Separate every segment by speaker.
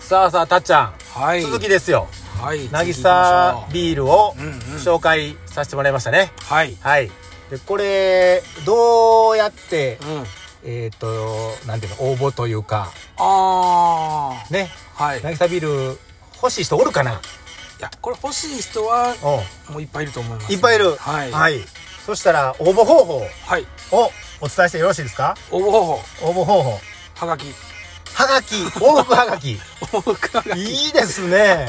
Speaker 1: さあさあたっちゃん、
Speaker 2: はい
Speaker 1: 続きですよ
Speaker 2: は
Speaker 1: 渚
Speaker 2: い次行きましょ
Speaker 1: ビールを
Speaker 2: うんうん
Speaker 1: 紹介させてもらいましたね、
Speaker 2: うはい
Speaker 1: はいでこれどうやって
Speaker 2: うん
Speaker 1: えっ、となんていうの応募というか
Speaker 2: あ
Speaker 1: ね
Speaker 2: あはいい
Speaker 1: 渚ビール欲しい人おるかな
Speaker 2: やこれ欲しい人は
Speaker 1: う
Speaker 2: もういっぱいいると思います
Speaker 1: んいっぱいいる
Speaker 2: はい、
Speaker 1: はいい、そしたら応募方法
Speaker 2: はい、
Speaker 1: をお伝えしてよろしいですか
Speaker 2: 応募方
Speaker 1: 応
Speaker 2: 法
Speaker 1: 募方法
Speaker 2: はがき
Speaker 1: はがき応募はがき
Speaker 2: 応募 はがき
Speaker 1: いいですね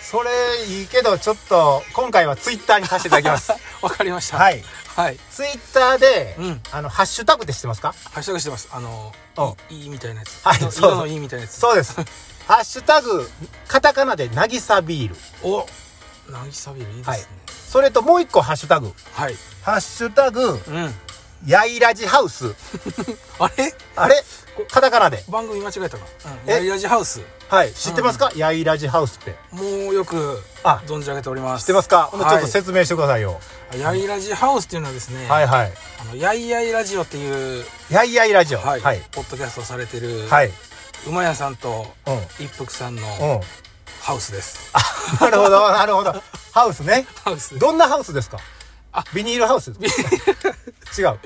Speaker 1: それいいけどちょっと今回はツイッターにさせていただきます
Speaker 2: わかりました
Speaker 1: はい
Speaker 2: はい
Speaker 1: ツイッターで、
Speaker 2: うん
Speaker 1: あのハッシュタグって知ってますか
Speaker 2: ハッシュタグしてますあの
Speaker 1: うん
Speaker 2: いいみたいなやつ
Speaker 1: はい
Speaker 2: 色
Speaker 1: そう
Speaker 2: 色のいいみたいなやつ
Speaker 1: そうです ハッシュタグカタカナでなぎさビール
Speaker 2: おなぎさびるいいで
Speaker 1: はい
Speaker 2: すね
Speaker 1: それともう一個ハッシュタグ
Speaker 2: はい、
Speaker 1: ハッシュタグ
Speaker 2: うん
Speaker 1: やいらじハウス
Speaker 2: あれ
Speaker 1: あれカタカナで
Speaker 2: 番組間違えたか、うん、
Speaker 1: え
Speaker 2: ヤイラジハウス
Speaker 1: はい知ってますか、やいらじハウスって知
Speaker 2: もうよく
Speaker 1: あ
Speaker 2: 存じ上げております
Speaker 1: ってますか、ほんで
Speaker 2: はい、
Speaker 1: ちょっと説明してくださいよ
Speaker 2: ヤイラジハウスっていうのはですね、
Speaker 1: はいはい
Speaker 2: あのヤイヤイラジオっていう、
Speaker 1: やいやいラジオ
Speaker 2: はい
Speaker 1: はい
Speaker 2: ポッドキャストをされてる、
Speaker 1: はい、
Speaker 2: 馬屋さんと
Speaker 1: うん
Speaker 2: 一服さんの
Speaker 1: うん
Speaker 2: ハウスです、
Speaker 1: なるほど、なるほど。ハウスね。
Speaker 2: ハウス
Speaker 1: どんなハウスですか
Speaker 2: あ
Speaker 1: ビニールハウス違う。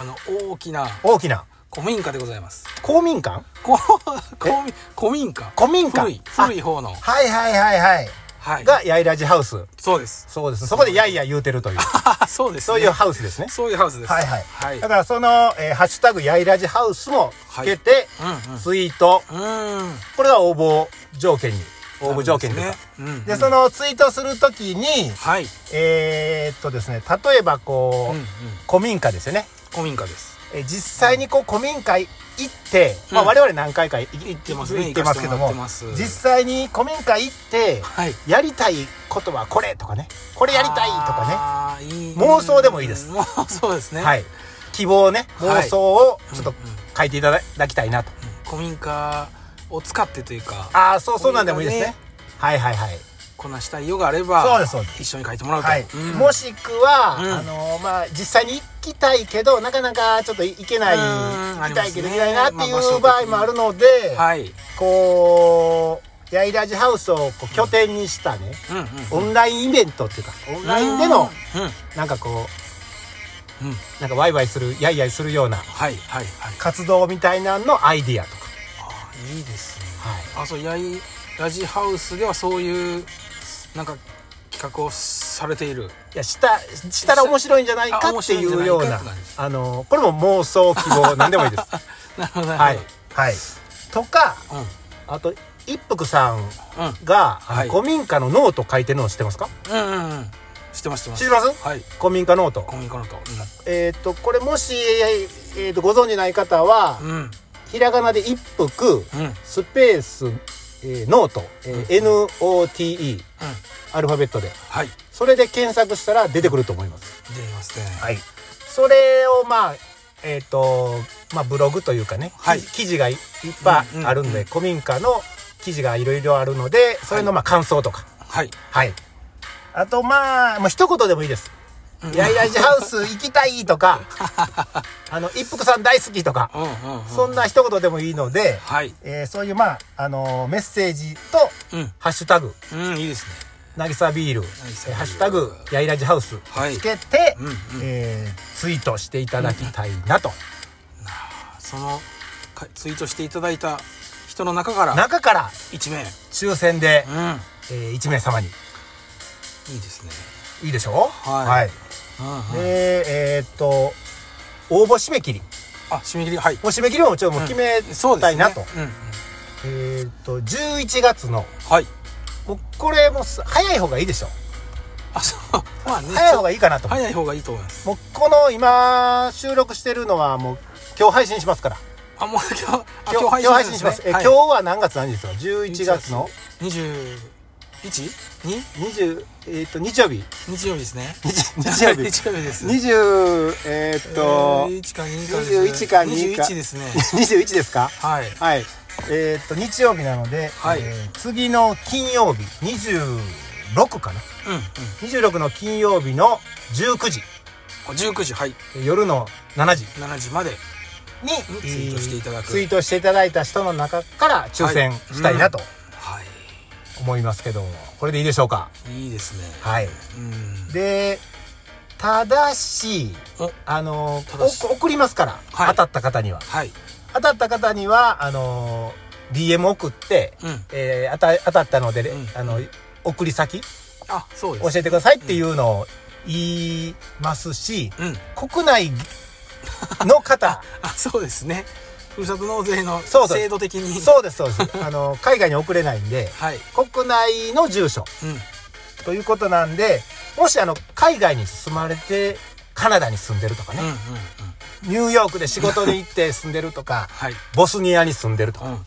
Speaker 2: あの大きな
Speaker 1: 大きな。
Speaker 2: 古民家でございます
Speaker 1: 公民館
Speaker 2: こ古民古民家
Speaker 1: 古民家
Speaker 2: 古い古い方の
Speaker 1: はいはいはいはい。
Speaker 2: はい
Speaker 1: が、やいらじハウス。
Speaker 2: そうです
Speaker 1: そうですね。そこでやいや言うてるという。
Speaker 2: あそうです、ね、
Speaker 1: そういうハウスですね。
Speaker 2: そういうハウスです
Speaker 1: はいはい。
Speaker 2: はい
Speaker 1: だからその、えーハッシュタグやいらじハウスもつけて、
Speaker 2: はいうんうん
Speaker 1: ツイート。
Speaker 2: うん
Speaker 1: これが応募条件に。応募条件というか
Speaker 2: ねうんうん
Speaker 1: で、そのツイートするときに、
Speaker 2: はい
Speaker 1: えーっとですね、例えばこう、
Speaker 2: うんうん
Speaker 1: 古民家ですよね。
Speaker 2: 古民家です
Speaker 1: えー実際にこう古民家行って、
Speaker 2: うん
Speaker 1: まあ、我々何回かい行って
Speaker 2: ますね
Speaker 1: 行ってますけども
Speaker 2: 行かせてもらってます
Speaker 1: 実際に古民家行って、
Speaker 2: はい
Speaker 1: やりたいことはこれとかねこれやりたいとか
Speaker 2: かねいい
Speaker 1: 妄想でもいいです
Speaker 2: 妄想ですね
Speaker 1: ね、はい、希望ね
Speaker 2: は
Speaker 1: 妄
Speaker 2: い
Speaker 1: 想をちょっ
Speaker 2: う
Speaker 1: と
Speaker 2: ん
Speaker 1: 書いていただきたいなと、
Speaker 2: 古民家を使ってというか
Speaker 1: ああそうそうなんでもいいですね
Speaker 2: 古民
Speaker 1: はいはいはい、
Speaker 2: こんなしたいよがあれば
Speaker 1: そうですそうです
Speaker 2: 一緒に書いてもらうと、
Speaker 1: はい
Speaker 2: うん
Speaker 1: もしくは、
Speaker 2: うん
Speaker 1: あのーまあ実際に行きたいけどなかなかちょっと行けない
Speaker 2: うん
Speaker 1: 行
Speaker 2: あ
Speaker 1: き
Speaker 2: り
Speaker 1: た
Speaker 2: ま
Speaker 1: い
Speaker 2: す
Speaker 1: け
Speaker 2: ね
Speaker 1: ど行けないなって
Speaker 2: まあ場
Speaker 1: い
Speaker 2: 所
Speaker 1: う
Speaker 2: 的に
Speaker 1: 場合もあるので、
Speaker 2: はい
Speaker 1: こうヤイラジハウスをこう拠点にしたね、
Speaker 2: うんうん
Speaker 1: オンラインイベントっていうかオンラインでの
Speaker 2: うんうん
Speaker 1: なんかこ
Speaker 2: うん
Speaker 1: うなんかワイワイするやいやいするような
Speaker 2: はいはいはい
Speaker 1: 活動みたいなののアイディアとか、
Speaker 2: あーいいですね
Speaker 1: はい、
Speaker 2: あそうやいラジハウスではそういうなんか企画をされている
Speaker 1: いやしたしたら面白いんじゃないか
Speaker 2: あ
Speaker 1: っていうような
Speaker 2: 面白いんじゃないかって感じ
Speaker 1: あのこれも妄想希 望何でもいいです
Speaker 2: なるほどな
Speaker 1: はい
Speaker 2: るほ
Speaker 1: はいとか
Speaker 2: ど
Speaker 1: あと一服さん
Speaker 2: うんうん
Speaker 1: が、
Speaker 2: はい
Speaker 1: 古民家のノート書いてるの知ってますか
Speaker 2: うんうんうん知ってます知ってま
Speaker 1: 知
Speaker 2: す
Speaker 1: ってます
Speaker 2: はい
Speaker 1: 古民家ノート
Speaker 2: 古民家のとう
Speaker 1: えっ、とこれもし、えー、とご存じない方は、
Speaker 2: んうん
Speaker 1: ひらがなで一服
Speaker 2: うんうん
Speaker 1: スペース、えーノート、えー NOTE アルファベットで
Speaker 2: はい
Speaker 1: それで検索したら出てくると思います
Speaker 2: 出ますね
Speaker 1: はいそれをまあえっ、とまあブログというかね、
Speaker 2: はい
Speaker 1: 記記事がいいっぱいあるんで、
Speaker 2: うんうんうん
Speaker 1: 古民家の記事がいろいろあるのでそれのまあ感想とか
Speaker 2: はい
Speaker 1: はい、あとまあもう一言でもいいです「やいらじハウス行きたい」と か「あの一服さん大好き」とか
Speaker 2: うんうんうん
Speaker 1: そんな一言でもいいので、
Speaker 2: はい
Speaker 1: えーそういう、まあ、あのーメッセージと、
Speaker 2: うん
Speaker 1: ハッシュタグ、
Speaker 2: うんいいですね
Speaker 1: なぎさビール、えー
Speaker 2: 渚ビール
Speaker 1: ハッシュタグ、やいらじハウス、
Speaker 2: はい
Speaker 1: つけて、
Speaker 2: うんうん
Speaker 1: えーツイートしていただきたいなと。
Speaker 2: そのかツイートしていただいた人の中から
Speaker 1: 中から、
Speaker 2: 1名
Speaker 1: 抽選で、
Speaker 2: うん
Speaker 1: え1名様に。
Speaker 2: いいですね
Speaker 1: いいでしょ
Speaker 2: はいうんうん
Speaker 1: で、えーっと、応募締め切り。
Speaker 2: あ締め切りはい
Speaker 1: もう締め切りもちょっともう決め
Speaker 2: そうで
Speaker 1: た
Speaker 2: す
Speaker 1: い
Speaker 2: ね
Speaker 1: なと。
Speaker 2: うんうん
Speaker 1: えーっと、11月の、
Speaker 2: はい
Speaker 1: もうこれもうす早い方がいいでしょ
Speaker 2: あそう まあね
Speaker 1: 早い方がいいかなと思って
Speaker 2: 早い方がいいと思います
Speaker 1: もうこの今収録してるのはもう今日配信しますから
Speaker 2: あもう今日あ
Speaker 1: 今日今日配信しますえ、今日は何月何日ですか11月の
Speaker 2: 2122
Speaker 1: 20えーっと日曜日
Speaker 2: 日曜日ですね
Speaker 1: 日日 曜日
Speaker 2: 日曜日です
Speaker 1: 20えーっと、
Speaker 2: 21か2
Speaker 1: 21か2か
Speaker 2: 21ですね
Speaker 1: 21ですか
Speaker 2: はい
Speaker 1: はいえーっと日曜日なので、
Speaker 2: はい
Speaker 1: えー次の金曜日26かな
Speaker 2: うんうん
Speaker 1: 26の金曜日の19時
Speaker 2: あ19時はい
Speaker 1: 夜の7時
Speaker 2: 7時まで
Speaker 1: に
Speaker 2: ツイートしていただく
Speaker 1: ツイートしていただいた人の中から抽選したいなと思いますけどこれでいいでしょうか
Speaker 2: いいですね
Speaker 1: はい
Speaker 2: うん
Speaker 1: でただし
Speaker 2: お
Speaker 1: あの
Speaker 2: ただし
Speaker 1: お送りますから、
Speaker 2: はい
Speaker 1: 当たった方には
Speaker 2: はい
Speaker 1: 当たった方にはあの DM 送って、
Speaker 2: うん
Speaker 1: えー当た当たったので、
Speaker 2: うん
Speaker 1: あの送り先
Speaker 2: あそうで
Speaker 1: 教
Speaker 2: す
Speaker 1: えてくださいっていうのを言いますし、
Speaker 2: うん
Speaker 1: 国内の方
Speaker 2: あそうですねふるさと納税の
Speaker 1: そうそう
Speaker 2: 制度的に
Speaker 1: そうですそうですあの海外に送れないんで
Speaker 2: はい
Speaker 1: 国内の住所
Speaker 2: うん
Speaker 1: ということなんでもしあの海外に住まれてカナダに住んでるとか
Speaker 2: うんう
Speaker 1: ね、
Speaker 2: んうん
Speaker 1: ニューヨークで仕事に行って住んでるとか
Speaker 2: はい
Speaker 1: ボスニアに住んでると
Speaker 2: う
Speaker 1: か、
Speaker 2: んうん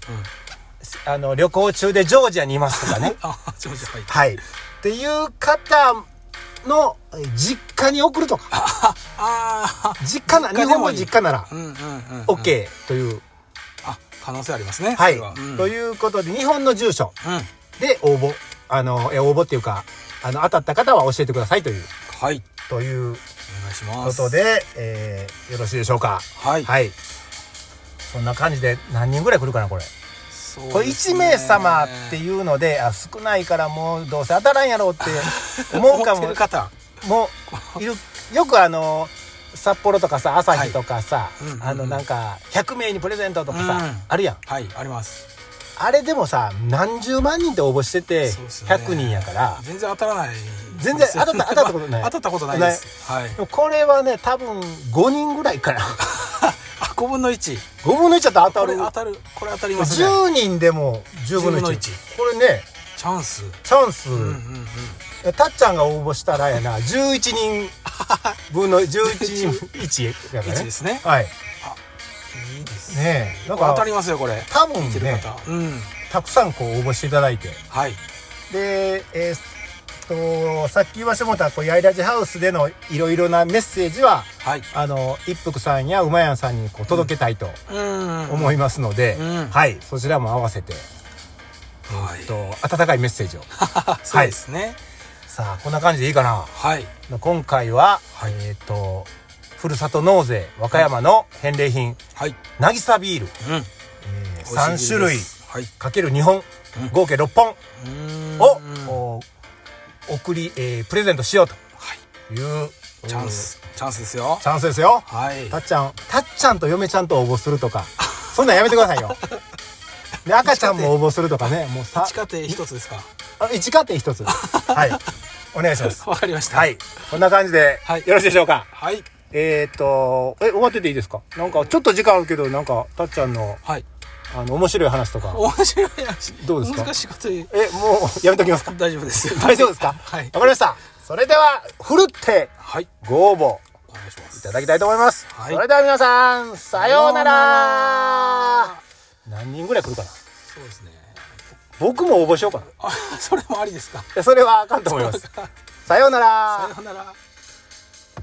Speaker 1: あの旅行中でジョージアにいますとかね
Speaker 2: あちょっとはい
Speaker 1: はいっていう方のえ実家に送るとか
Speaker 2: あ
Speaker 1: 実家な
Speaker 2: 実家
Speaker 1: 日
Speaker 2: で
Speaker 1: 本
Speaker 2: も
Speaker 1: の
Speaker 2: いい
Speaker 1: 実家なら
Speaker 2: あうんうんうんうん
Speaker 1: OK という、
Speaker 2: あ可能性ありますね
Speaker 1: はい、
Speaker 2: それうん
Speaker 1: ということで日本の住所
Speaker 2: うん
Speaker 1: で応募あのえ応募っていうかあの当たった方は教えてくださいという
Speaker 2: はい
Speaker 1: という
Speaker 2: お願いしま
Speaker 1: こ
Speaker 2: す
Speaker 1: とで、えーよろしいでしょうか
Speaker 2: はい
Speaker 1: はいそんな感じで何人ぐらい来るかなこれ、
Speaker 2: そう
Speaker 1: これ
Speaker 2: ですね
Speaker 1: 1名様っていうのであ少ないからもうどうせ当たらんやろうって思うか
Speaker 2: 思っ
Speaker 1: も
Speaker 2: てる方
Speaker 1: もういるよくあの札幌とかさ朝日とかさ、
Speaker 2: いうんうんうん
Speaker 1: あのなんか100名にプレゼントとかさ、
Speaker 2: うん
Speaker 1: あるやん
Speaker 2: はいあります
Speaker 1: あれでもさ何十万人って応募してて
Speaker 2: そうですよね
Speaker 1: 100人やから、
Speaker 2: 全然当たらない
Speaker 1: 全 然当たった当たったことない
Speaker 2: 当たったことないですはい
Speaker 1: でもこれはね多分5人ぐらいかな
Speaker 2: あ5分の1
Speaker 1: 5分の1だと当
Speaker 2: こ
Speaker 1: た
Speaker 2: れ
Speaker 1: る
Speaker 2: 当たるこれ当たりますね
Speaker 1: 10人でも10分の 1,
Speaker 2: 10分の1
Speaker 1: これね
Speaker 2: チャンス
Speaker 1: チャンス、
Speaker 2: うんうんうん
Speaker 1: たっちゃんが応募したらやな11人 分の11人1やから
Speaker 2: 1
Speaker 1: ね
Speaker 2: ですね
Speaker 1: はい
Speaker 2: いいですね
Speaker 1: ねえだか
Speaker 2: 当た
Speaker 1: ら
Speaker 2: りますよこれ
Speaker 1: 多分
Speaker 2: 見てる
Speaker 1: ね
Speaker 2: 方うん
Speaker 1: たくさんこう応募していただいて
Speaker 2: はい
Speaker 1: でえーっとさっき言わせてもらったこうやいらじハウスでのいろいろなメッセージは
Speaker 2: はい
Speaker 1: あの一服さんや馬やんさんにこう届けたいと
Speaker 2: うん
Speaker 1: 思いますので、
Speaker 2: うん
Speaker 1: はいそちらも合わせて、
Speaker 2: は
Speaker 1: えっ
Speaker 2: い
Speaker 1: と温かいメッセージを
Speaker 2: そうですね
Speaker 1: さあこんな感じでいいかな
Speaker 2: はい
Speaker 1: 今回は、えーっとふるさと納税和歌山の返礼品、
Speaker 2: はい
Speaker 1: 渚ビール、
Speaker 2: うん
Speaker 1: えー、
Speaker 2: 美味
Speaker 1: 3
Speaker 2: しい
Speaker 1: 種類
Speaker 2: ですはい
Speaker 1: かける2本、合計6本
Speaker 2: うん
Speaker 1: を、お送り、えープレゼントしようと
Speaker 2: はい
Speaker 1: いう
Speaker 2: チャンスチャンスですよ
Speaker 1: うんチャンスですよ
Speaker 2: はい
Speaker 1: たっちゃんたっちゃんと嫁ちゃんと応募するとかそんなんやめてください よで赤ちゃんも応募するとかねもうさ
Speaker 2: 地下鉄一つですか
Speaker 1: あ一家庭一 つはいお願いします
Speaker 2: わかりました
Speaker 1: はいこんな感じで、
Speaker 2: はい
Speaker 1: よろしいでしょうか
Speaker 2: はい
Speaker 1: えっ、とえ終わってていいですかなんかちょっと時間あるけどなんかたっちゃんの
Speaker 2: はい
Speaker 1: あの面白い話とか
Speaker 2: 面白い話
Speaker 1: どうですか
Speaker 2: 難しいこと言う
Speaker 1: えもうやめときますか
Speaker 2: 大丈夫です
Speaker 1: 大丈夫ですか
Speaker 2: はい
Speaker 1: わかりましたそれではふるって
Speaker 2: はい
Speaker 1: ご応募
Speaker 2: お願いしま
Speaker 1: い
Speaker 2: す
Speaker 1: ただきたいと思います、
Speaker 2: はい
Speaker 1: それでは皆さんさような
Speaker 2: さよ
Speaker 1: ら何人ぐらい来るかな
Speaker 2: そうですね
Speaker 1: 僕も応募しようかな
Speaker 2: あそれもありです か
Speaker 1: いやそれはあかんと思いますさようなら
Speaker 2: さようなら